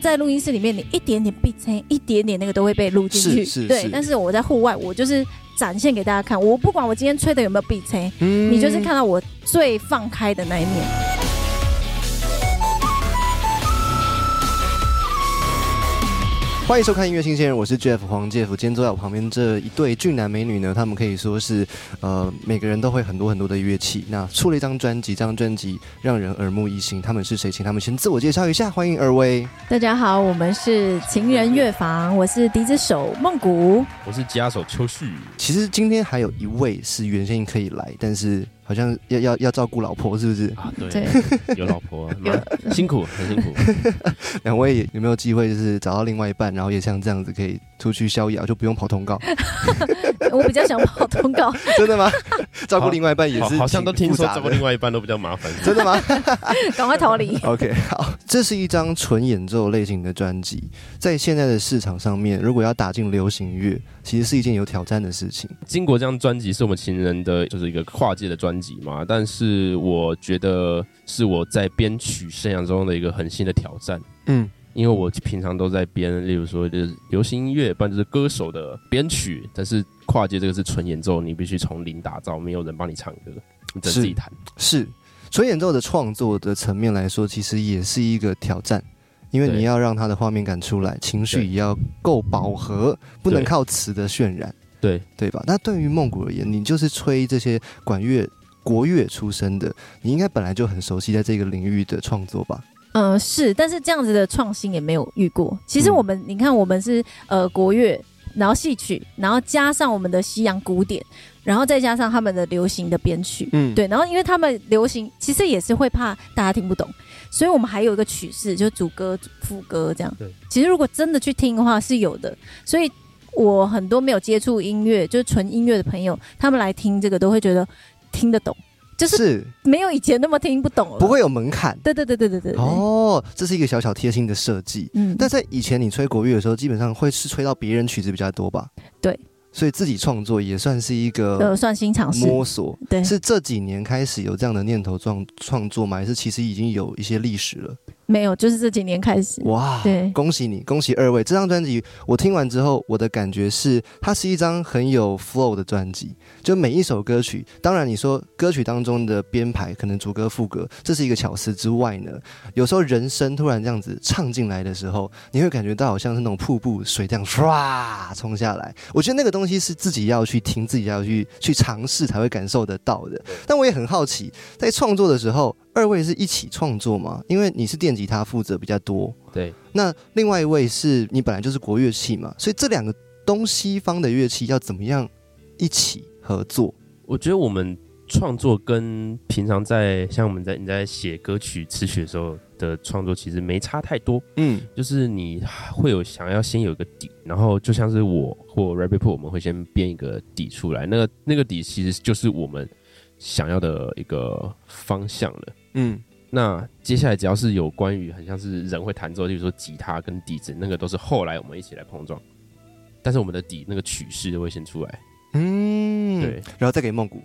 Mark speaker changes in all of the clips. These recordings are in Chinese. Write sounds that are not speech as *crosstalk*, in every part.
Speaker 1: 在录音室里面，你一点点闭声，一点点那个都会被录进去。
Speaker 2: 是是
Speaker 1: 对
Speaker 2: 是，
Speaker 1: 但是我在户外，我就是展现给大家看。我不管我今天吹的有没有闭声，
Speaker 2: 嗯
Speaker 1: 你就是看到我最放开的那一面。
Speaker 2: 欢迎收看音乐新鲜人，我是 Jeff 黄 Jeff。今天坐在我旁边这一对俊男美女呢，他们可以说是呃每个人都会很多很多的乐器。那出了一张专辑，这张专辑让人耳目一新。他们是谁？请他们先自我介绍一下。欢迎二位。
Speaker 1: 大家好，我们是情人乐坊，我是笛子手梦谷。
Speaker 3: 我是吉他手邱旭，
Speaker 2: 其实今天还有一位是原先可以来，但是好像要要要照顾老婆，是不是？ *laughs*
Speaker 3: 啊，
Speaker 1: 对，
Speaker 3: 有老婆，蛮辛苦，很辛苦。
Speaker 2: 两位有没有机会就是找到另外一半，然后也像这样子可以出去逍遥，就不用跑通告？
Speaker 1: 我比较想跑通告， *laughs*
Speaker 2: 真的吗？照顾另外一半也
Speaker 3: 好，
Speaker 2: 是
Speaker 3: 好像都
Speaker 2: 挺
Speaker 3: 听
Speaker 2: 复
Speaker 3: 说
Speaker 2: 杂
Speaker 3: 这
Speaker 2: 的
Speaker 3: 个另外一半都比较麻烦。
Speaker 2: 真的吗？
Speaker 1: 赶快逃离。
Speaker 2: *laughs* OK，好，这是一张纯演奏类型的专辑，在现在的市场上面，如果要打进流行乐，其实是一件有挑战的事情。
Speaker 3: 经过这张专辑是我们情人的，就是一个跨界的专辑嘛。但是我觉得是我在编曲生涯中的一个很新的挑战，
Speaker 2: 嗯，
Speaker 3: 因为我平常都在编，例如说就是流行音乐，不然就是歌手的编曲。但是跨界这个是纯演奏，你必须从零打造，没有人帮你唱歌，你只能
Speaker 2: 是
Speaker 3: 自己弹。
Speaker 2: 是纯演奏的创作的层面来说，其实也是一个挑战，因为
Speaker 3: 对
Speaker 2: 你要让它的画面感出来，情绪
Speaker 3: 对
Speaker 2: 也要够饱和，不能
Speaker 3: 对
Speaker 2: 靠词的渲染，
Speaker 3: 对，
Speaker 2: 对吧？那对于梦谷而言，你就是吹这些管乐。国乐出身的，你应该本来就很熟悉在这个领域的创作吧？
Speaker 1: *laughs* 嗯，是，但是这样子的创新也没有遇过。其实
Speaker 2: 嗯
Speaker 1: 我们，你看，我们是呃国乐，然后戏曲，然后加上我们的西洋古典，然后再加上他们的流行的编曲，
Speaker 2: 嗯，
Speaker 1: 对，然后因为他们流行，其实也是会怕大家听不懂，所以我们还有一个曲式，就是主歌、副歌这样
Speaker 3: 对。
Speaker 1: 其实如果真的去听的话，是有的。所以我很多没有接触音乐，就是纯音乐的朋友，他们来听这个都会觉得听得懂，就是
Speaker 2: 是
Speaker 1: 没有以前那么听不懂了。
Speaker 2: 不，会有门槛。
Speaker 1: 对对对对对对。对，
Speaker 2: 哦，这是一个小小贴心的设计。
Speaker 1: 嗯，
Speaker 2: 但在以前你吹国乐的时候，基本上会是吹到别人曲子比较多吧？
Speaker 1: 对，
Speaker 2: 所以自己创作也算是一
Speaker 1: 呃
Speaker 2: 个
Speaker 1: 算新尝试，
Speaker 2: 摸索。
Speaker 1: 对，
Speaker 2: 是这几年开始有这样的念头创创作吗？还是其实已经有一些历史了？
Speaker 1: 没有，就是这几年开始，
Speaker 2: 哇，
Speaker 1: 对
Speaker 2: 恭喜你，恭喜二位！这张专辑我听完之后，我的感觉是，它是一张很有 flow 的专辑。就每一首歌曲，当然你说歌曲当中的编排，可能主歌、副歌，这是一个巧思之外呢，有时候人声突然这样子唱进来的时候，你会感觉到好像是那种瀑布水这样 *laughs* 唰冲下来。我觉得那个东西是自己要去听，自己要去去尝试才会感受得到的。但我也很好奇，在创作的时候，二位是一起创作吗？因为你是电吉他负责比较多。
Speaker 3: 对，
Speaker 2: 那另外一位是你本来就是国乐器嘛，所以这两个东西方的乐器要怎么样一起合作？
Speaker 3: 我觉得我们创作跟平常在像我们在你在写歌曲词曲的时候的创作其实没差太多，
Speaker 2: 嗯，
Speaker 3: 就是你会有想要先有一个底，然后就像是我或 r a b b i t 我们会先编一个底出来，那个那个底其实就是我们想要的一个方向了。
Speaker 2: 嗯，
Speaker 3: 那接下来只要是有关于很像是人会弹奏，例如说吉他跟笛子，那个都是后来我们一起来碰撞，但是我们的底那个曲式都会先出来，
Speaker 2: 嗯，
Speaker 3: 对，。
Speaker 2: 然后再给梦谷，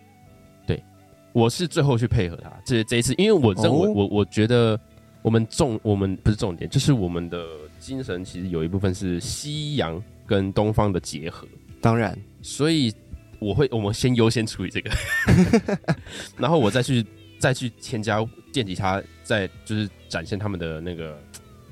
Speaker 3: 我是最后去配合他，这这一次，因为我认为、
Speaker 2: 哦
Speaker 3: 我我觉得我们重我们不是重点，就是我们的精神其实有一部分是西洋跟东方的结合，
Speaker 2: 当然，
Speaker 3: 所以我会我们先优先处理
Speaker 2: *laughs*
Speaker 3: 这个，然后我再去再去添加电吉他，再就是展现他们的那个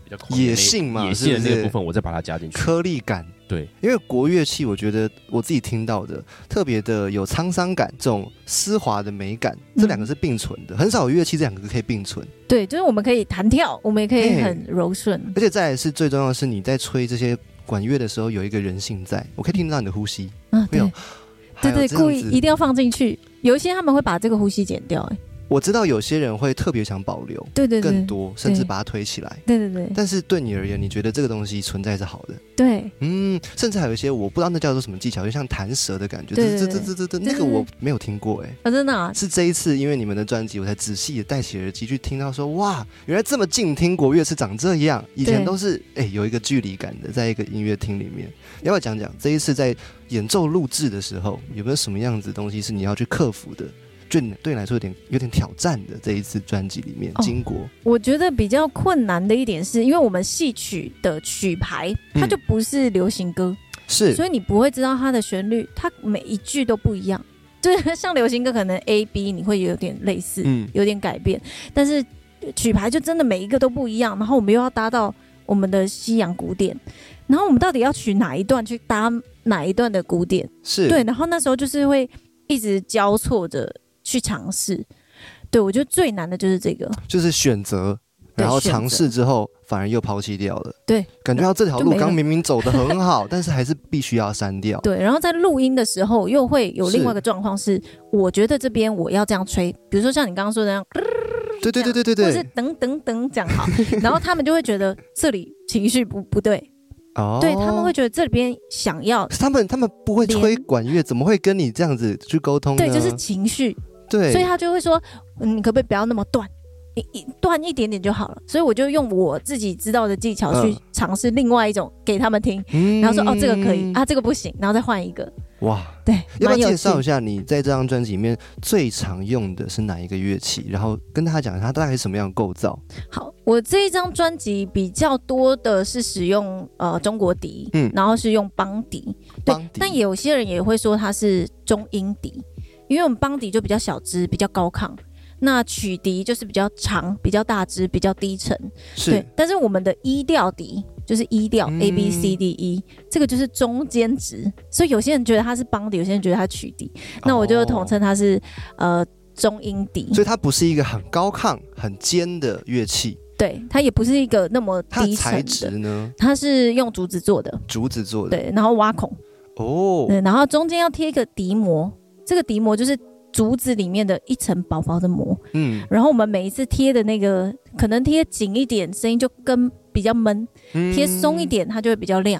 Speaker 3: 比较狂的那
Speaker 2: 野性嘛
Speaker 3: 野性的那
Speaker 2: 是不是
Speaker 3: 个部分，我再把它加进去。
Speaker 2: 颗粒感。
Speaker 3: 对，
Speaker 2: 因为国乐器，我觉得我自己听到的特别的有沧桑感，这种丝滑的美感，这两个是并存
Speaker 1: 嗯
Speaker 2: 的，很少有乐器这两个可以并存。
Speaker 1: 对，就是我们可以弹跳，我们也可以
Speaker 2: 嘿
Speaker 1: 很柔顺，
Speaker 2: 而且再来是最重要的是，你在吹这些管乐的时候有一个人性在，我可以听到你的呼吸，
Speaker 1: 嗯，
Speaker 2: 没有
Speaker 1: 对，对
Speaker 2: 还
Speaker 1: 对，
Speaker 2: 有这
Speaker 1: 故
Speaker 2: 样
Speaker 1: 意
Speaker 2: 子
Speaker 1: 一定要放进去。有一些他们会把这个呼吸剪掉、哎，
Speaker 2: 我知道有些人会特别想保留
Speaker 1: 对对对，
Speaker 2: 更多，甚至
Speaker 1: 对
Speaker 2: 把它推起来。
Speaker 1: 对对对
Speaker 2: 但是对你而言，你觉得这个东西存在是好的，
Speaker 1: 对，
Speaker 2: 嗯，甚至还有一些我不知道那叫做什么技巧，就像弹舌的感觉，
Speaker 1: 对
Speaker 2: 这
Speaker 1: 对
Speaker 2: 这
Speaker 1: 对
Speaker 2: 这这这这
Speaker 1: 对
Speaker 2: 那个我没有听过哎、
Speaker 1: 啊，真的、啊，
Speaker 2: 是这一次因为你们的专辑，我才仔细的戴起耳机去听到说，哇，原来这么近听国乐是长这样，以前
Speaker 1: 对
Speaker 2: 都是哎、有一个距离感的，在一个音乐厅里面。要不要讲讲这一次在演奏录制的时候，有没有什么样子的东西是你要去克服的？对你对你来说有点有点挑战的这一次专辑里面，
Speaker 1: 哦
Speaker 2: 经过
Speaker 1: 我觉得比较困难的一点是，因为我们戏曲的曲牌它
Speaker 2: 嗯
Speaker 1: 就不是流行歌，
Speaker 2: 是
Speaker 1: 所以你不会知道它的旋律，它每一句都不一样。 *laughs* 就是像流行歌，可能 A B 你会有点类似，
Speaker 2: 嗯
Speaker 1: 有点改变，但是曲牌就真的每一个都不一样。然后我们又要搭到我们的西洋古典，然后我们到底要取哪一段去搭哪一段的古典？
Speaker 2: 是
Speaker 1: 对，然后那时候就是会一直交错着去尝试。对，我觉得最难的就是这个。
Speaker 2: 就是选择，
Speaker 1: 对
Speaker 2: 然后
Speaker 1: 选择
Speaker 2: 尝试之后反而又抛弃掉了。
Speaker 1: 对，
Speaker 2: 感觉到这条
Speaker 1: 就
Speaker 2: 路
Speaker 1: 没了
Speaker 2: 刚明明走得
Speaker 1: *laughs*
Speaker 2: 很好，但是还是必须要删掉。
Speaker 1: 对，然后在录音的时候又会有另外一个状况是，我觉得这边我要这样吹，比如说像你刚刚说的那样，
Speaker 2: 对对对对对
Speaker 1: 或者是
Speaker 2: 对，
Speaker 1: 等等等讲好， *laughs* 然后他们就会觉得这里情绪不不对，
Speaker 2: 哦
Speaker 1: 对他们会觉得这边想要。
Speaker 2: 他们他们不会吹
Speaker 1: 连
Speaker 2: 管乐，怎么会跟你这样子去沟通呢？
Speaker 1: 对，就是情绪，
Speaker 2: 对，
Speaker 1: 所以他就会说，嗯你可不可以不要那么断，你一断一点点就好了。所以我就用我自己知道的技巧去
Speaker 2: 嗯
Speaker 1: 尝试另外一种给他们听，
Speaker 2: 嗯
Speaker 1: 然后说哦这个可以啊，这个不行，然后再换一个，
Speaker 2: 哇，
Speaker 1: 对，
Speaker 2: 要
Speaker 1: 蛮
Speaker 2: 不要
Speaker 1: 有
Speaker 2: 介
Speaker 1: 趣
Speaker 2: 绍一。下你在这张专辑里面最常用的是哪一个乐器？然后跟大家讲一下它大概是什么样的构造？
Speaker 1: 好，我这一张专辑比较多的是使用呃中国笛，
Speaker 2: 嗯
Speaker 1: 然后是用邦笛，对
Speaker 2: 邦，笛
Speaker 1: 但有些人也会说它是中音笛，因为我们邦笛就比较小支，比较高亢。那曲笛就是比较长、比较大支、比较低沉，对
Speaker 2: 是。
Speaker 1: 但是我们的一调笛就是一调、
Speaker 2: 嗯
Speaker 1: A B C D E，这个就是中间值，所以有些人觉得它是邦笛，有些人觉得它曲笛，那我就统
Speaker 2: 哦，
Speaker 1: 称它是、呃中音笛。
Speaker 2: 所以它不是一个很高亢、很尖的乐器，
Speaker 1: 对，它也不是一个那么
Speaker 2: 它
Speaker 1: 低
Speaker 2: 的材
Speaker 1: 沉
Speaker 2: 质
Speaker 1: 的，
Speaker 2: 呢，
Speaker 1: 它是用竹子做的，
Speaker 2: 竹子做的。
Speaker 1: 对，然后挖孔，
Speaker 2: 哦，
Speaker 1: 对，然后中间要贴一个笛膜，这个笛膜就是竹子里面的一层薄薄的膜，
Speaker 2: 嗯，
Speaker 1: 然后我们每一次贴的那个可能贴紧一点，声音就跟比较闷；
Speaker 2: 嗯
Speaker 1: 贴松一点，它就会比较亮。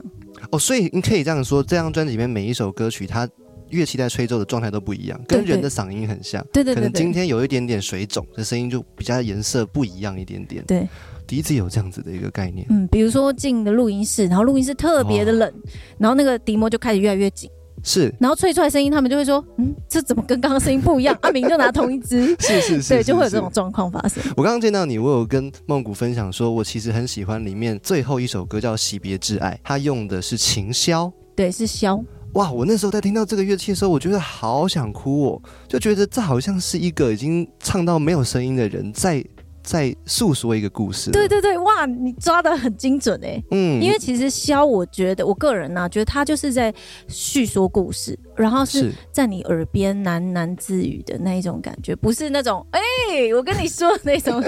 Speaker 2: 哦，所以你可以这样说，这张专辑里面每一首歌曲，它乐器在吹奏的状态都不一样，跟
Speaker 1: 对对
Speaker 2: 人的嗓音很像。
Speaker 1: 对对
Speaker 2: 可
Speaker 1: 对
Speaker 2: 能今
Speaker 1: 对。
Speaker 2: 天有一点点水肿，这声音就比较颜色不一样一点点。
Speaker 1: 对，
Speaker 2: 笛子有这样子的一个概念，
Speaker 1: 嗯，比如说进的录音室，然后录音室特别的冷，
Speaker 2: 哦
Speaker 1: 然后那个笛膜就开始越来越紧，
Speaker 2: 是
Speaker 1: 然后吹出来声音，他们就会说，嗯，这怎么跟刚刚声音不一样？阿明就拿同一
Speaker 2: *laughs*
Speaker 1: 支，
Speaker 2: 是是是，
Speaker 1: 对，
Speaker 2: 是
Speaker 1: 就会有这。
Speaker 2: 是
Speaker 1: 种状况发生。
Speaker 2: 我刚刚见到你，我有跟梦谷分享说，我其实很喜欢里面最后一首歌叫《惜别挚爱》，它用的是琴箫。
Speaker 1: 对，是箫。
Speaker 2: 哇！我那时候在听到这个乐器的时候，我觉得好想哭哦，就觉得这好像是一个已经唱到没有声音的人在在诉说一个故事。
Speaker 1: 对，对对，哇，你抓的很精准哎、
Speaker 2: 嗯
Speaker 1: 因为其实箫，我觉得我个人呢、啊觉得它就是在叙说故事，然后是
Speaker 2: 是
Speaker 1: 在你耳边喃喃自语的那一种感觉，不是那种哎、我跟你说的那
Speaker 2: *laughs*
Speaker 1: 种。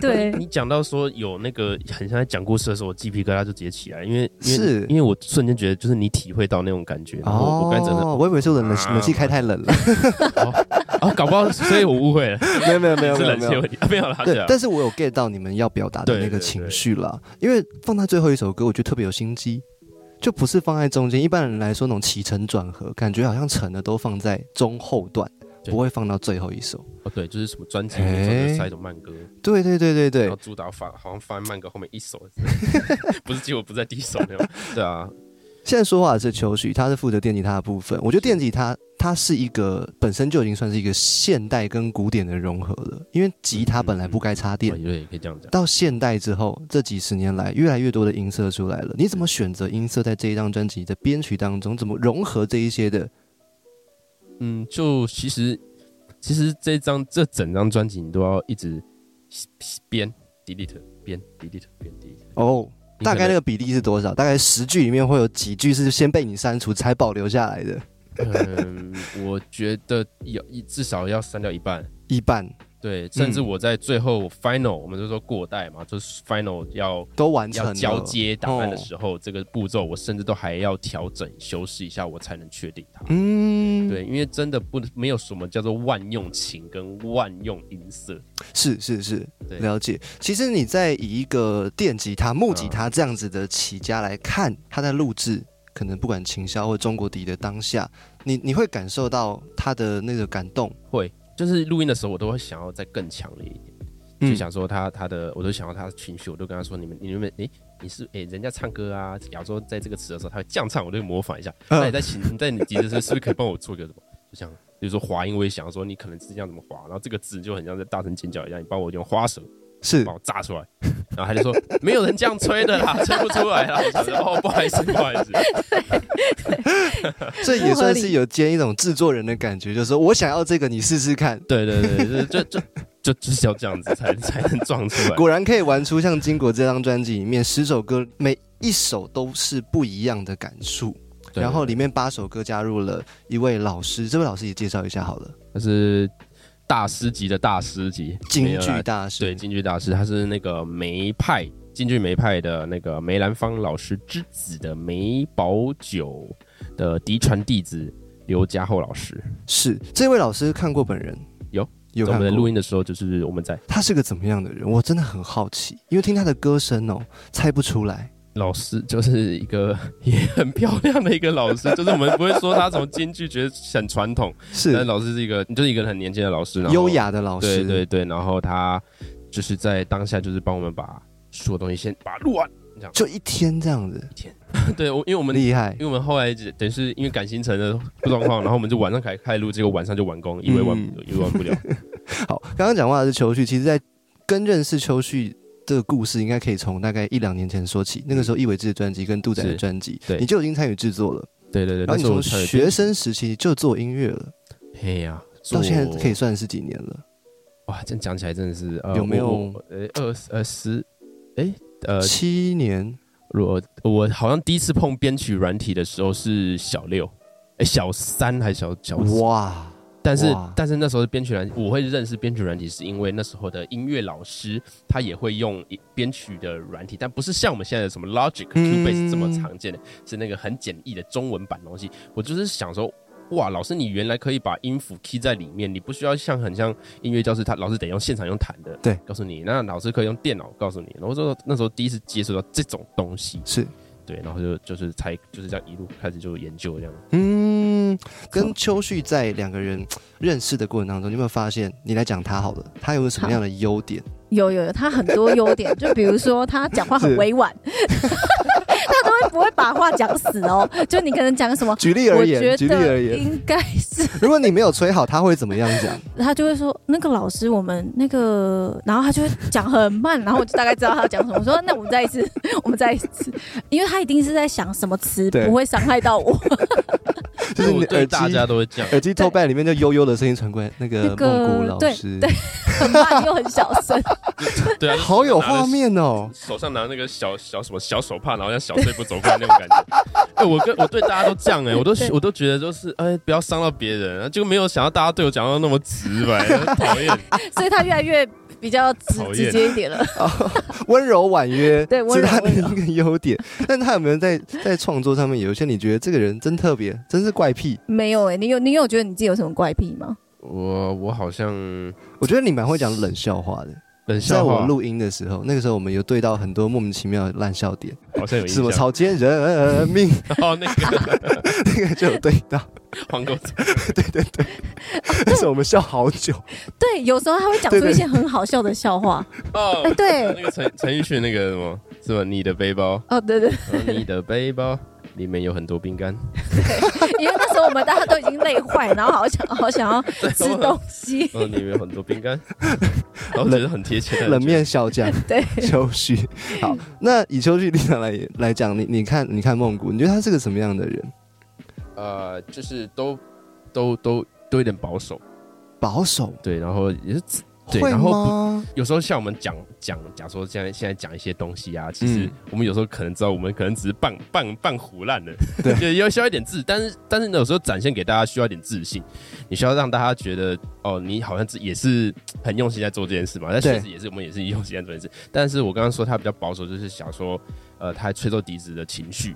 Speaker 1: 对，
Speaker 3: 你讲到说有那个很像在讲故事的时候，我鸡皮疙瘩就直接起来，因为因为
Speaker 2: 是
Speaker 3: 因为我瞬间觉得就是你体会到那种感觉，然后我刚才真的
Speaker 2: 哦，我以为是我的冷冷气开太冷
Speaker 3: *laughs*
Speaker 2: 了，
Speaker 3: 啊，搞不好，所以我误会了，
Speaker 2: 没有没 *laughs* 有没有
Speaker 3: 是
Speaker 2: 没有
Speaker 3: 冷
Speaker 2: 没
Speaker 3: 气
Speaker 2: 有
Speaker 3: 问。题，啊没有啦，对
Speaker 2: 对
Speaker 3: 啊，，
Speaker 2: 但是我有 get 到你们要表达的
Speaker 3: 对
Speaker 2: 那个
Speaker 3: 对
Speaker 2: 情
Speaker 3: 对
Speaker 2: 绪啦，因为放在最后一首歌，我觉得特别有心机，就不是放在中间。一般人来说，那种起承转合，感觉好像沉的都放在中后段，
Speaker 3: 对
Speaker 2: 不会放到最后一首。
Speaker 3: 哦对，就是什么专辑里面
Speaker 2: 哎
Speaker 3: 塞一首慢歌，
Speaker 2: 对对对对
Speaker 3: 然后
Speaker 2: 对，
Speaker 3: 主打放好像放在慢歌后面一首，
Speaker 2: *laughs*
Speaker 3: 不是结果不在第一首那种，对啊，
Speaker 2: 现在说话的是秋旭，他是负责电吉他的部分。我觉得电吉他它是一个本身就已经算是一个现代跟古典的融合了，因为吉他本来不该插电
Speaker 3: 哦，对，也可以这样讲。
Speaker 2: 到现代之后，这几十年来，越来越多的音色出来了。你怎么选择音色在这一张专辑的编曲当中？怎么融合这一些的？
Speaker 3: 嗯，就其实其实这张这整张专辑你都要一直编 delete 编 delete 编 delete，
Speaker 2: 哦，大概那
Speaker 3: 个
Speaker 2: 个比例是多少？大概十句里面会有几句是先被你删除才保留下来的，
Speaker 3: 嗯，我觉得有一至少要删掉一半。
Speaker 2: 一半
Speaker 3: 对，甚
Speaker 2: 嗯
Speaker 3: 至我在最后 final，、我们就说过带嘛，就是 final 要
Speaker 2: 都完成
Speaker 3: 要
Speaker 2: 了。哦
Speaker 3: 交接档案的时候，这个步骤我甚至都还要调整修饰一下，我才能确定它。
Speaker 2: 嗯，
Speaker 3: 对，因为真的不没有什么叫做万用琴跟万用音色。
Speaker 2: 是是是，
Speaker 3: 对
Speaker 2: 了解。其实你在以一个电吉他、木
Speaker 3: 嗯
Speaker 2: 吉他这样子的起家来看，他在录制，可能不管琴箫或中国笛的当下，你你会感受到他的那个感动，
Speaker 3: 会，就是录音的时候，我都会想要再更强烈一点，就
Speaker 2: 嗯
Speaker 3: 想说他他的，我都想要他的情绪，我都跟他说，你们你们诶，你是诶，人家唱歌啊，假如说
Speaker 2: 嗯
Speaker 3: 在这个词的时候，他会这样唱，我就模仿一下。那你在琴，在你笛子的时候，是不是可以帮我做一个什么？就这样，比如说滑音，我也想说你可能是这样怎么滑，然后这个字就很像在大声尖叫一样，你帮我用花舌
Speaker 2: 是
Speaker 3: 把 *laughs* 我炸出来，然后他就说没有人这样吹的啦，吹不出来啦。我想说哦，不好意思，不好意思，
Speaker 2: 这也算是有兼一种制作人的感觉，就是说我想要这个，你试试看。
Speaker 3: 对对对，就就就就就是要这样子才才能撞出来。
Speaker 2: 果然可以玩出像《金果》这张专辑里面十首歌，每一首都是不一样的感触。
Speaker 3: 对
Speaker 2: 然后里面八首歌加入了一位老师，这位老师也介绍一下好了，
Speaker 3: 他是大师级的大师级，没
Speaker 2: 京
Speaker 3: 有啦
Speaker 2: 剧大师。
Speaker 3: 对，京剧大师，他是那个梅派京剧梅派的那个梅兰芳老师之子的梅葆玖的嫡传弟子刘家厚老师。
Speaker 2: 是这位老师看过本人，
Speaker 3: 有
Speaker 2: 有
Speaker 3: 在我
Speaker 2: 看
Speaker 3: 们的录
Speaker 2: 过。
Speaker 3: 音的时候，就是我们在
Speaker 2: 他是个怎么样的人？我真的很好奇，因为听他的歌声哦，猜不出来。
Speaker 3: 老师就是一个也很漂亮的一个老师，就是我们不会说他什么京剧觉得很传统，
Speaker 2: *laughs*
Speaker 3: 但
Speaker 2: 是
Speaker 3: 老师是一个就是一个很年轻的老师，然后
Speaker 2: 优雅的老师，
Speaker 3: 对对对，然后他就是在当下就是帮我们把所有东西先把它录完。 *laughs*
Speaker 2: 就一天这样子，
Speaker 3: 对，我因为我们
Speaker 2: 厉害
Speaker 3: 因。为我们后来只等于是因为赶行程的状况，然后我们就晚上开开录，结果晚上就完工，以为完、
Speaker 2: 嗯
Speaker 3: 以为完不
Speaker 2: *laughs*
Speaker 3: 了。
Speaker 2: 好，刚刚讲话的是秋旭，其实，在跟认识秋旭这个故事，应该可以从大概一两年前说起。那个时候，易伟志的专辑跟杜仔的
Speaker 3: 嗯是
Speaker 2: 专辑，
Speaker 3: 对
Speaker 2: 你就已经参与制作了。
Speaker 3: 对对对，
Speaker 2: 然后
Speaker 3: 那
Speaker 2: 你
Speaker 3: 时候
Speaker 2: 从
Speaker 3: 我才有
Speaker 2: 学生时期就做音乐了，
Speaker 3: 哎呀，
Speaker 2: 到现在
Speaker 3: 做
Speaker 2: 可以算是几年了？
Speaker 3: 哇，这样讲起来真的是、呃、
Speaker 2: 有没有
Speaker 3: 我我呃二十呃十哎呃，
Speaker 2: 七年。
Speaker 3: 我我好像第一次碰编曲软体的时候是小六。哎，小三还是小小四，
Speaker 2: 哇，
Speaker 3: 但是
Speaker 2: 哇
Speaker 3: 但是那时候的编曲软，我会认识编曲软体，是因为那时候的音乐老师他也会用一编曲的软体，但不是像我们现在的什么 Logic、
Speaker 2: 嗯
Speaker 3: Cubase 这么常见的，是那个很简易的中文版东西。我就是想说，哇，老师你原来可以把音符 key 在里面，你不需要像很像音乐教室，他老师得用现场用弹的，
Speaker 2: 对，
Speaker 3: 告诉你，那老师可以用电脑告诉你。然后说那时候第一次接触到这种东西，
Speaker 2: 是。
Speaker 3: 对，然后就就是才就是这样一路开始就研究这样。
Speaker 2: 嗯，跟秋旭在两个人认识的过程当中，你有没有发现？你来讲他好了，他有没有什么样的优点？
Speaker 1: 有有有，他很多优点，就比如说他讲话很委 *laughs* 婉，他都会不会把话讲死哦。就你可能讲什么，
Speaker 2: 举例
Speaker 1: 我
Speaker 2: 而
Speaker 1: 觉
Speaker 2: 言，举例而
Speaker 1: 得
Speaker 2: 言，
Speaker 1: 应该是，
Speaker 2: 如果你没有吹好，他会怎么样 *laughs* 讲？
Speaker 1: 他就会说那个老师，我们那个，然后他就会讲很慢，然后我就大概知道他要讲什么。我说那我们再一次， *laughs* 我们再一次，因为他一定是在想什么词
Speaker 2: 对
Speaker 1: 不会伤害到我。
Speaker 2: 就是你
Speaker 3: 我
Speaker 2: 耳
Speaker 3: 对
Speaker 2: 机
Speaker 3: 大家都会这样。
Speaker 2: 耳机偷拍里面就悠悠的声音传过来，那个
Speaker 1: 那个
Speaker 2: 梦谷老师，
Speaker 1: 对很慢又很小声，
Speaker 2: *laughs*
Speaker 3: 对啊，
Speaker 2: 好有画面
Speaker 1: *laughs*
Speaker 2: 哦。
Speaker 3: 手上拿那个小小什么小手帕，然后像小碎步走过来那种感觉。 *laughs* 哎、我跟我对大家都这样哎、我都
Speaker 1: 对
Speaker 3: 我都觉得就是哎、不要伤到别人，啊就没有想到大家对我讲到那么直 *laughs* 白，讨厌。
Speaker 1: 所以他越来越比较直
Speaker 3: 讨厌
Speaker 1: 直接一点了。
Speaker 2: 温柔婉约，
Speaker 1: 对温
Speaker 2: 是
Speaker 1: 柔
Speaker 2: 他的
Speaker 1: 温柔
Speaker 2: 一个优点。但他有没有在在创作上面有一些你觉得这个人真特别，真是怪癖？
Speaker 1: 没有哎、你有你有觉得你自己有什么怪癖吗？
Speaker 3: 我我好像
Speaker 2: 我觉得你蛮会讲冷笑话的。
Speaker 3: 冷
Speaker 2: 在
Speaker 3: 笑
Speaker 2: 我
Speaker 3: 话，
Speaker 2: 录音的时候，那个时候我们有对到很多莫名其妙的烂笑点，
Speaker 3: 好像有印
Speaker 2: 什么
Speaker 3: 象。
Speaker 2: 草菅人命，
Speaker 3: *laughs* 哦，那个
Speaker 2: 那个 *laughs* 就有对到，
Speaker 3: 黄狗 *laughs*
Speaker 2: 但是我们笑好久。
Speaker 1: 对，有时候他会讲
Speaker 2: 对
Speaker 1: 出
Speaker 2: 对
Speaker 1: 一些很好笑的笑话。
Speaker 3: 哦
Speaker 1: 哎、，对，
Speaker 3: 那个陈陈奕迅那个什么是吧？你的背包，
Speaker 1: 哦，对对，
Speaker 3: 呃你的背包里面有很多饼 *laughs* 干，
Speaker 1: *laughs* 因为那时候我们大家都已经累坏，然后好想好想
Speaker 2: *laughs*
Speaker 1: 要
Speaker 3: *laughs*
Speaker 1: 吃东西。
Speaker 3: 嗯，里面有很多饼干， *laughs* 然后觉得很贴切。
Speaker 2: 冷面笑匠
Speaker 1: 对，
Speaker 2: 秋旭，好，那以秋旭立场来来讲，你你看你看梦谷，你觉得他是个什么样的人？
Speaker 3: 呃，就是都都都都有点保守，
Speaker 2: 保守，
Speaker 3: 对，然后也是自对，
Speaker 2: 会
Speaker 3: 然后不
Speaker 2: 吗？
Speaker 3: 有时候像我们讲讲，假说现在现在讲一些东西啊，其实
Speaker 2: 嗯
Speaker 3: 我们有时候可能知道，我们可能只是半半半胡烂的， *laughs*
Speaker 2: 对
Speaker 3: 就要需要一点自，但是但是有时候展现给大家需要一点自信，你需要让大家觉得哦，你好像自也是很用心在做这件事嘛，但
Speaker 2: 对
Speaker 3: 确实也是我们也是用心在做这件事，但是我刚刚说他比较保守，就是想说，呃，他吹奏笛子的情绪，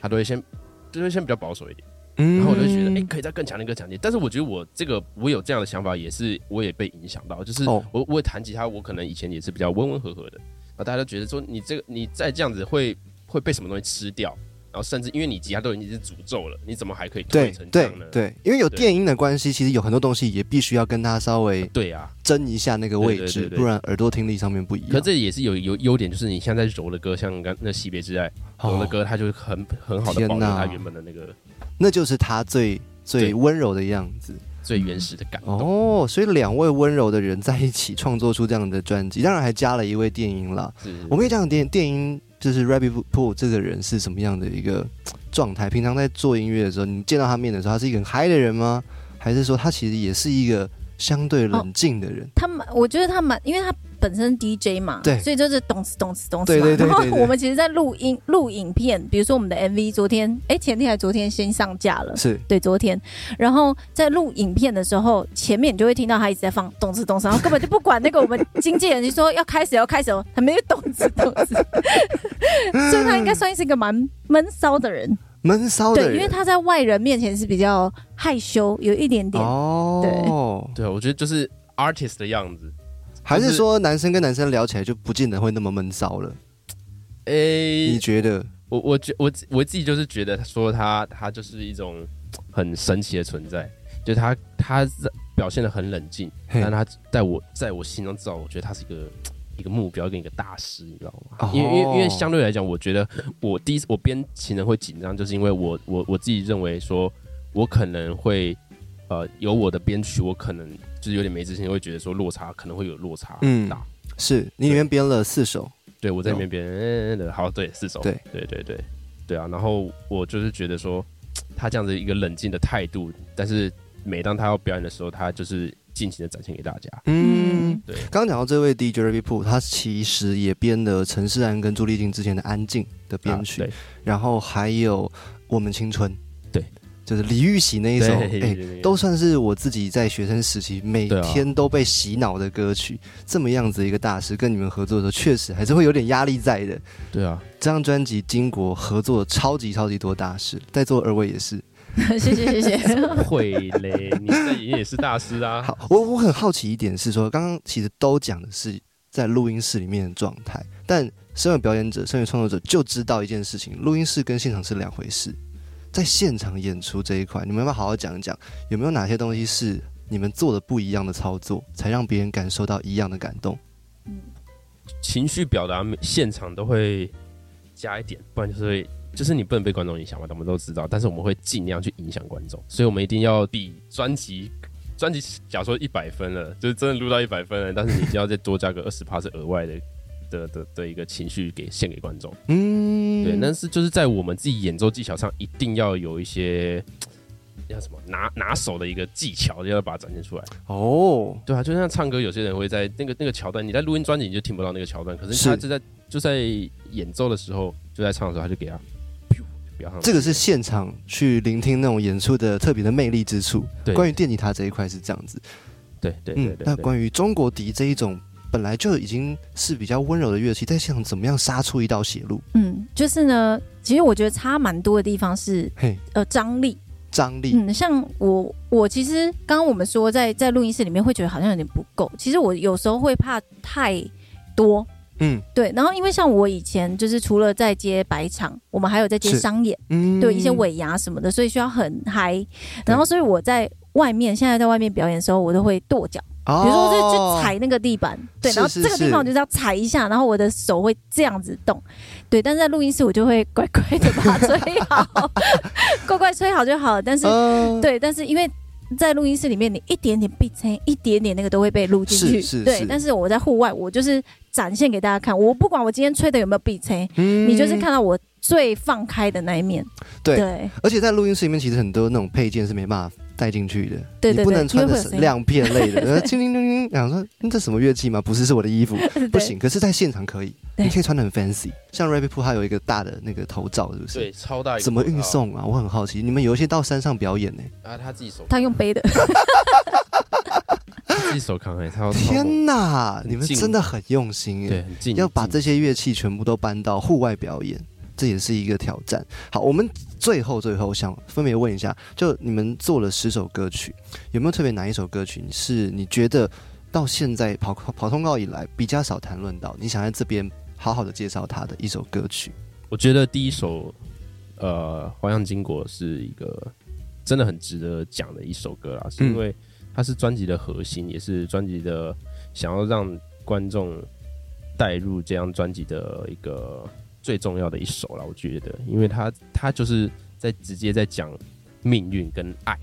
Speaker 3: 他都会先就会先比较保守一点。
Speaker 2: 嗯
Speaker 3: 然后我就觉得，哎、可以再更强烈、更强烈。但是我觉得我这个我有这样的想法，也是我也被影响到，就是我、
Speaker 2: 哦
Speaker 3: 我也弹吉他，我可能以前也是比较温温和和的，然后大家都觉得说你这个你再这样子会会被什么东西吃掉，然后甚至因为你吉他都已经是诅咒了，你怎么还可以
Speaker 2: 对
Speaker 3: 退成这
Speaker 2: 对
Speaker 3: 样呢？
Speaker 2: 对，因为有
Speaker 3: 对
Speaker 2: 电音的关系，其实有很多东西也必须要跟他稍微
Speaker 3: 对啊，
Speaker 2: 争一下那个位
Speaker 3: 对对
Speaker 2: 置，
Speaker 3: 对对
Speaker 2: 不然耳朵听力上面不一
Speaker 3: 可
Speaker 2: 样。
Speaker 3: 这也是有有优点，就是你像在柔的歌，像刚那《惜别之爱》，柔的
Speaker 2: 哦，
Speaker 3: 歌它就很很好的
Speaker 2: 天
Speaker 3: 保留
Speaker 2: 哪
Speaker 3: 它原本的那个
Speaker 2: 那就是他最最
Speaker 3: 对
Speaker 2: 温柔的样子。
Speaker 3: 最原始的感动。
Speaker 2: 哦，所以两位温柔的人在一起创作出这样的专辑，当然还加了一位电音啦。
Speaker 3: 是
Speaker 2: 我们也讲电电音，就是 Rabbit Pool 这个人是什么样的一个嘖状态？平常在做音乐的时候，你见到他面的时候，他是一个很嗨的人吗？还是说他其实也是一个相对冷静的人？
Speaker 1: 他蛮，我觉得他蛮，因为他本身 DJ 嘛，
Speaker 2: 对
Speaker 1: 所以就是懂词懂词懂词
Speaker 2: 对
Speaker 1: 嘛。
Speaker 2: 对对对
Speaker 1: 然
Speaker 2: 对
Speaker 1: 后我们其实，在录音录影片，比如说我们的 MV，昨天哎、前天还昨天先上架了。
Speaker 2: 是
Speaker 1: 对，昨天，然后在录影片的时候，前面你就会听到他一直在放动词动词，然后根本就不管那个我
Speaker 2: *laughs*
Speaker 1: 们经纪人就说要开始要开始哦，他没有动词动词， *laughs* 所以他应该算是一个蛮闷骚的人，
Speaker 2: 闷骚的
Speaker 1: 对，
Speaker 2: 人，
Speaker 1: 因为他在外人面前是比较害羞，有一点点，
Speaker 2: 哦，
Speaker 3: 对，啊我觉得就是 artist 的样子。
Speaker 2: 还是说男生跟男生聊起来就不见得会那么闷骚了？
Speaker 3: 诶、
Speaker 2: 你觉得？
Speaker 3: 我我觉我自我自己就是觉得说他他就是一种很神奇的存在，就是他他表现的很冷静，
Speaker 2: 嘿
Speaker 3: 但他在我在我心中至少我觉得他是一个一个目标跟一个大师，你知道吗？
Speaker 2: 哦
Speaker 3: 因为因为因为相对来讲，我觉得我第一次我编情人会紧张，就是因为我我我自己认为说，我可能会呃有我的编曲，我可能就是有点没自信，会觉得说落差可能会有落差
Speaker 2: 嗯
Speaker 3: 很大。
Speaker 2: 是你里面编了四首，
Speaker 3: 对我在那边别人的好，对，四首，
Speaker 2: 对，
Speaker 3: 对对对对啊。然后我就是觉得说，他这样子一个冷静的态度，但是每当他要表演的时候，他就是尽情的展现给大家。
Speaker 2: 嗯，
Speaker 3: 对
Speaker 2: 刚刚讲到这位 DJ Rabbit Pool，他其实也编了陈势安跟朱丽静之前的《安静》的编曲，
Speaker 3: 啊
Speaker 2: 然后还有《我们青春》，
Speaker 3: 对，
Speaker 2: 就是李玉玺那一首，
Speaker 3: 对
Speaker 2: 哎
Speaker 3: 对对，
Speaker 2: 都算是我自己在学生时期每
Speaker 3: 对啊
Speaker 2: 天都被洗脑的歌曲。
Speaker 3: 啊
Speaker 2: 这么样子一个大师跟你们合作的时候，确实还是会有点压力在的。
Speaker 3: 对啊，
Speaker 2: 这张专辑经国合作了超级超级多大师，在座二位也是。
Speaker 1: *laughs* 谢谢谢
Speaker 2: *laughs*
Speaker 1: 谢。
Speaker 3: 会嘞，你这你也是大师啊。
Speaker 2: 好，我我很好奇一点是说，刚刚其实都讲的是在录音室里面的状态，但身为表演者、身为创作者就知道一件事情，录音室跟现场是两回事。在现场演出这一块，你们要不要好好讲一讲，有没有哪些东西是你们做的不一样的操作，才让别人感受到一样的感动？
Speaker 3: 情绪表达现场都会加一点，不然就是会就是你不能被观众影响嘛，我们都知道，但是我们会尽量去影响观众，所以我们一定要比专辑。专辑假如说一百分了，就是真的录到一百分了，但是你一定要再多加个二十趴是额外的的的的一个情绪给献给观众。
Speaker 2: 嗯，
Speaker 3: 对，但是就是在我们自己演奏技巧上，一定要有一些叫什么拿拿手的一个技巧，要把它展现出来。
Speaker 2: 哦，
Speaker 3: 对啊，就像唱歌，有些人会在那个那个桥段，你在录音专辑你就听不到那个桥段，可
Speaker 2: 是
Speaker 3: 是他就在就在演奏的时候，就在唱的时候，他就给他，就不要唱。
Speaker 2: 这个是现场去聆听那种演出的特别的魅力之处。
Speaker 3: 对
Speaker 2: 关于电吉他这一块是这样子，
Speaker 3: 对对对
Speaker 2: 嗯，
Speaker 3: 对
Speaker 2: 那
Speaker 3: 对
Speaker 2: 关于中国笛这一种本来就已经是比较温柔的乐器，在现场怎么样杀出一道血路？
Speaker 1: 嗯，就是呢，其实我觉得差蛮多的地方是
Speaker 2: 嘿，
Speaker 1: 呃张力。
Speaker 2: 张力，
Speaker 1: 嗯，像我我其实刚刚我们说在在录音室里面会觉得好像有点不够，其实我有时候会怕太多。
Speaker 2: 嗯
Speaker 1: 对，然后因为像我以前就是除了在接白场，我们还有在接
Speaker 2: 是
Speaker 1: 商演，
Speaker 2: 嗯
Speaker 1: 对一些尾牙什么的，所以需要很嗨。然后所以我在外面现在在外面表演的时候，我都会跺脚。
Speaker 2: 哦，
Speaker 1: 比如说我就去踩那个地板，对，
Speaker 2: 是
Speaker 1: 然后
Speaker 2: 是
Speaker 1: 这个
Speaker 2: *laughs*
Speaker 1: 地
Speaker 2: 是
Speaker 1: 方我就是要踩一下，然后我的手会这样子动，对，但是在录音室我就会乖乖的把它吹好， *laughs* 乖乖吹好就好了。但是、
Speaker 2: 呃，
Speaker 1: 对，但是因为在录音室里面，你一点点闭声，一点点那个都会被录进去，
Speaker 2: 是是
Speaker 1: 对
Speaker 2: 是。
Speaker 1: 但是我在户外，我就是展现给大家看，我不管我今天吹的有没有闭声，
Speaker 2: 嗯
Speaker 1: 你就是看到我最放开的那一面，
Speaker 2: 对
Speaker 1: 对
Speaker 2: 而且在录音室里面，其实很多那种配件是没办法带进去的，
Speaker 1: 对
Speaker 2: 你
Speaker 1: 对
Speaker 2: 不
Speaker 1: 对
Speaker 2: 能穿
Speaker 1: 因为会
Speaker 2: 的
Speaker 1: 有
Speaker 2: 是
Speaker 1: 声音
Speaker 2: 亮片类
Speaker 1: *laughs*
Speaker 2: 的，呃，叮叮叮叮，想说嗯这什么乐器吗？不是，是我的衣服，
Speaker 1: 对
Speaker 2: 不行。可是，在现场可以，
Speaker 1: 对
Speaker 2: 你可以穿的很 fancy，像 r a p p y Poo 它有一个大的那个头罩，是不是？
Speaker 3: 对超大一个
Speaker 2: 怎么
Speaker 3: 口罩
Speaker 2: 运送啊？我很好奇，你们有一些到山上表演呢、
Speaker 3: 啊？他自己手
Speaker 1: 他用背的， *laughs*
Speaker 3: 自己手扛哎，他要
Speaker 2: 天哪，
Speaker 3: 很
Speaker 2: 你们
Speaker 3: 近
Speaker 2: 真的很用心
Speaker 3: 对
Speaker 2: 耶！
Speaker 3: 很近，
Speaker 2: 要把
Speaker 3: 很
Speaker 2: 这
Speaker 3: 近
Speaker 2: 些乐器全部都搬到户外表演，这也是一个挑战。好，我们最后最后想分别问一下，就你们做了十首歌曲，有没有特别哪一首歌曲你是你觉得到现在跑跑通告以来比较少谈论到，你想在这边好好的介绍它的一首歌曲？
Speaker 3: 我觉得第一首呃《花样金国》是一个真的很值得讲的一首歌啦，是因为它是专辑的核心，也是专辑的想要让观众带入这张专辑的一个最重要的一首啦。我觉得，因为它它就是在直接在讲命运跟爱，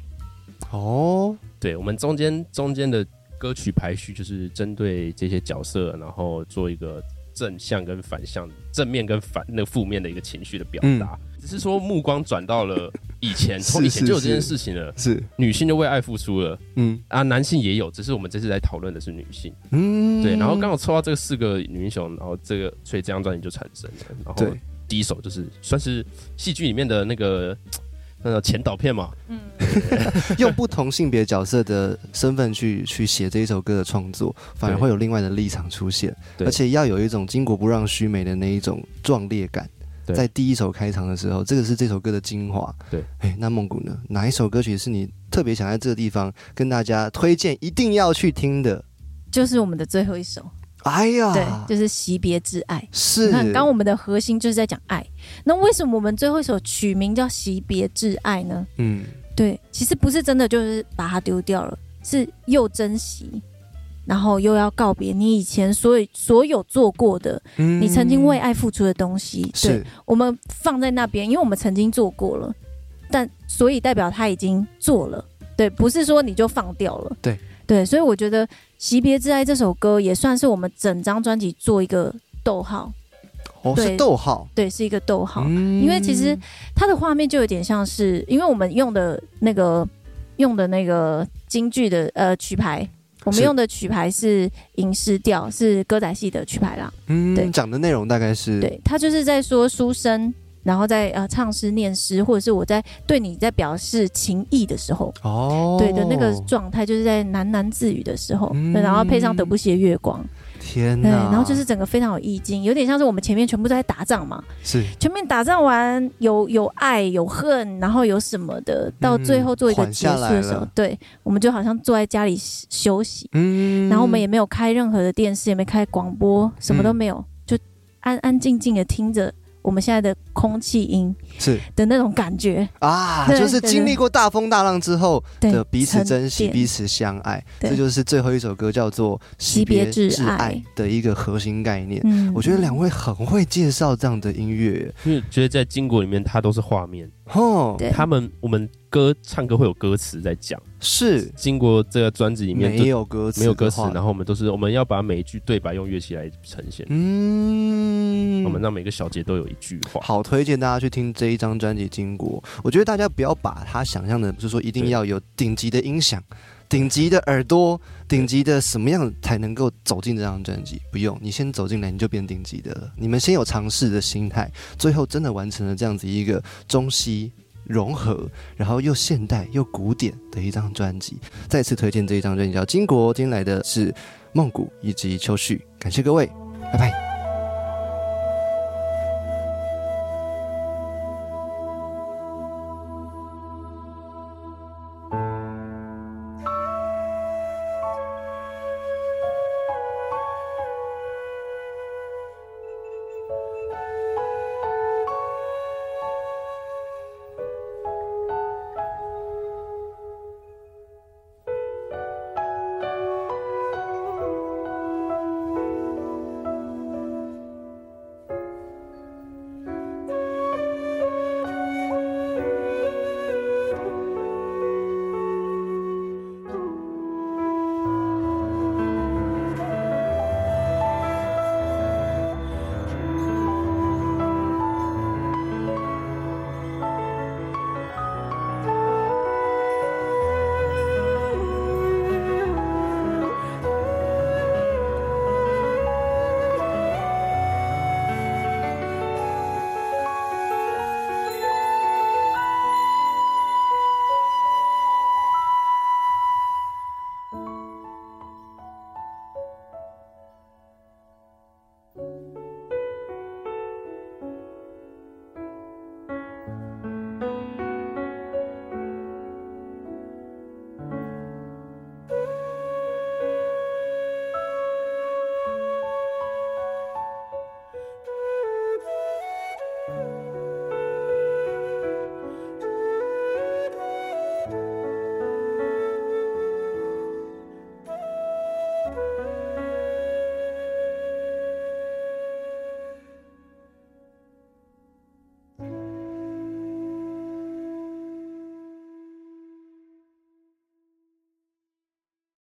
Speaker 2: 哦，
Speaker 3: 对，我们中间中间的歌曲排序就是针对这些角色，然后做一个正向跟反向、正面跟反那个负面的一个情绪的表
Speaker 2: 嗯
Speaker 3: 达。只是说目光转到了
Speaker 2: *laughs*
Speaker 3: 以前，
Speaker 2: 是
Speaker 3: 从以前就有
Speaker 2: 是
Speaker 3: 这件事情了，
Speaker 2: 是，
Speaker 3: 女性就为爱付出了
Speaker 2: 嗯
Speaker 3: 啊，男性也有，只是我们这次来讨论的是女性。
Speaker 2: 嗯，
Speaker 3: 对，然后刚好抽到这四个女英雄，然后这个所以这张专辑就产生了。然后
Speaker 2: 对
Speaker 3: 第一首就是算是戏剧里面的那个那个前导片嘛，
Speaker 1: 嗯，
Speaker 3: *laughs*
Speaker 2: 用不同性别角色的身份去去写这一首歌的创作，反而
Speaker 3: 对
Speaker 2: 会有另外的立场出现，
Speaker 3: 对
Speaker 2: 而且要有一种巾帼不让须眉的那一种壮烈感。
Speaker 3: 对
Speaker 2: 在第一首开场的时候，这个是这首歌的精华。
Speaker 3: 对，
Speaker 2: 哎，那梦谷呢？哪一首歌曲是你特别想在这个地方跟大家推荐，一定要去听的？
Speaker 1: 就是我们的最后一首，
Speaker 2: 哎
Speaker 1: 对
Speaker 2: 呀，，
Speaker 1: 就是《惜别之爱》。
Speaker 2: 是
Speaker 1: 你看，刚刚我们的核心就是在讲爱，那为什么我们最后一首曲名叫《惜别挚爱》呢？
Speaker 2: 嗯，
Speaker 1: 对，其实不是真的就是把它丢掉了，是又珍惜，然后又要告别你以前所有所有做过的，
Speaker 2: 嗯
Speaker 1: 你曾经为爱付出的东西，对
Speaker 2: 是
Speaker 1: 我们放在那边，因为我们曾经做过了，但所以代表他已经做了，对，不是说你就放掉了，
Speaker 2: 对
Speaker 1: 对，所以我觉得《惜别之爱》这首歌也算是我们整张专辑做一个逗号，
Speaker 2: 哦，
Speaker 1: 对
Speaker 2: 是逗号。
Speaker 1: 对，是一个逗号，
Speaker 2: 嗯
Speaker 1: 因为其实它的画面就有点像是，因为我们用的那个用的那个京剧的呃曲牌，我们
Speaker 2: 是
Speaker 1: 用的曲牌是吟诗调，是歌仔戏的曲牌啦。对
Speaker 2: 嗯讲的内容大概是
Speaker 1: 对，他就是在说书生，然后在呃唱诗念诗，或者是我在对你在表示情意的时候，
Speaker 2: 哦，
Speaker 1: 对的那个状态，就是在喃喃自语的时候，
Speaker 2: 嗯啊
Speaker 1: 对然后配上德布西的月光，
Speaker 2: 天
Speaker 1: 对，
Speaker 2: 哪，
Speaker 1: 然后就是整个非常有意境，有点像是我们前面全部都在打仗嘛，
Speaker 2: 是
Speaker 1: 全面打仗完，有有爱有恨，然后有什么的，到最后做一个
Speaker 2: 嗯缓
Speaker 1: 结
Speaker 2: 下
Speaker 1: 束
Speaker 2: 来
Speaker 1: 的时候，
Speaker 2: 了
Speaker 1: 对我们就好像坐在家里休息，
Speaker 2: 嗯
Speaker 1: 然后我们也没有开任何的电视，也没开广播，什么都
Speaker 2: 嗯
Speaker 1: 没有，就安安静静的听着我们现在的空气音
Speaker 2: 是
Speaker 1: 的那种感觉，
Speaker 2: 啊，
Speaker 1: 对
Speaker 2: 就是
Speaker 1: 对
Speaker 2: 经
Speaker 1: 对
Speaker 2: 历过大风大浪之后
Speaker 1: 对
Speaker 2: 的彼此
Speaker 1: 沉
Speaker 2: 珍惜、
Speaker 1: 淀
Speaker 2: 彼此相爱，
Speaker 1: 对
Speaker 2: 这就是最后一首歌叫做《惜
Speaker 1: 惜别
Speaker 2: 别
Speaker 1: 挚
Speaker 2: 挚
Speaker 1: 爱
Speaker 2: 爱》的一个核心概念。
Speaker 1: 嗯
Speaker 2: 我觉得两位很会介绍这样的音乐，
Speaker 3: 因为觉得在金国里面它都是画面，
Speaker 2: 哦，
Speaker 1: 对
Speaker 3: 他们我们歌唱歌会有歌词在讲，
Speaker 2: 是
Speaker 3: 经过这个专辑里面就
Speaker 2: 没有歌词，
Speaker 3: 没有歌词，然，后我们都是我们要把每一句对白用乐器来呈现，
Speaker 2: 嗯，
Speaker 3: 我们让每个小节都有一句话。
Speaker 2: 好推荐大家去听这一张专辑《经过》。我觉得大家不要把它想象的，就是说一定
Speaker 3: 对
Speaker 2: 要有顶级的音响、顶级的耳朵、顶级的什么样才能够走进这张专辑。不用，你先走进来你就变顶级的了。你们先有尝试的心态，最后真的完成了这样子一个中西。融合，然后又现代又古典的一张专辑，再次推荐这一张专辑叫《金国》。今天来的是梦谷以及秋旭，感谢各位，拜拜。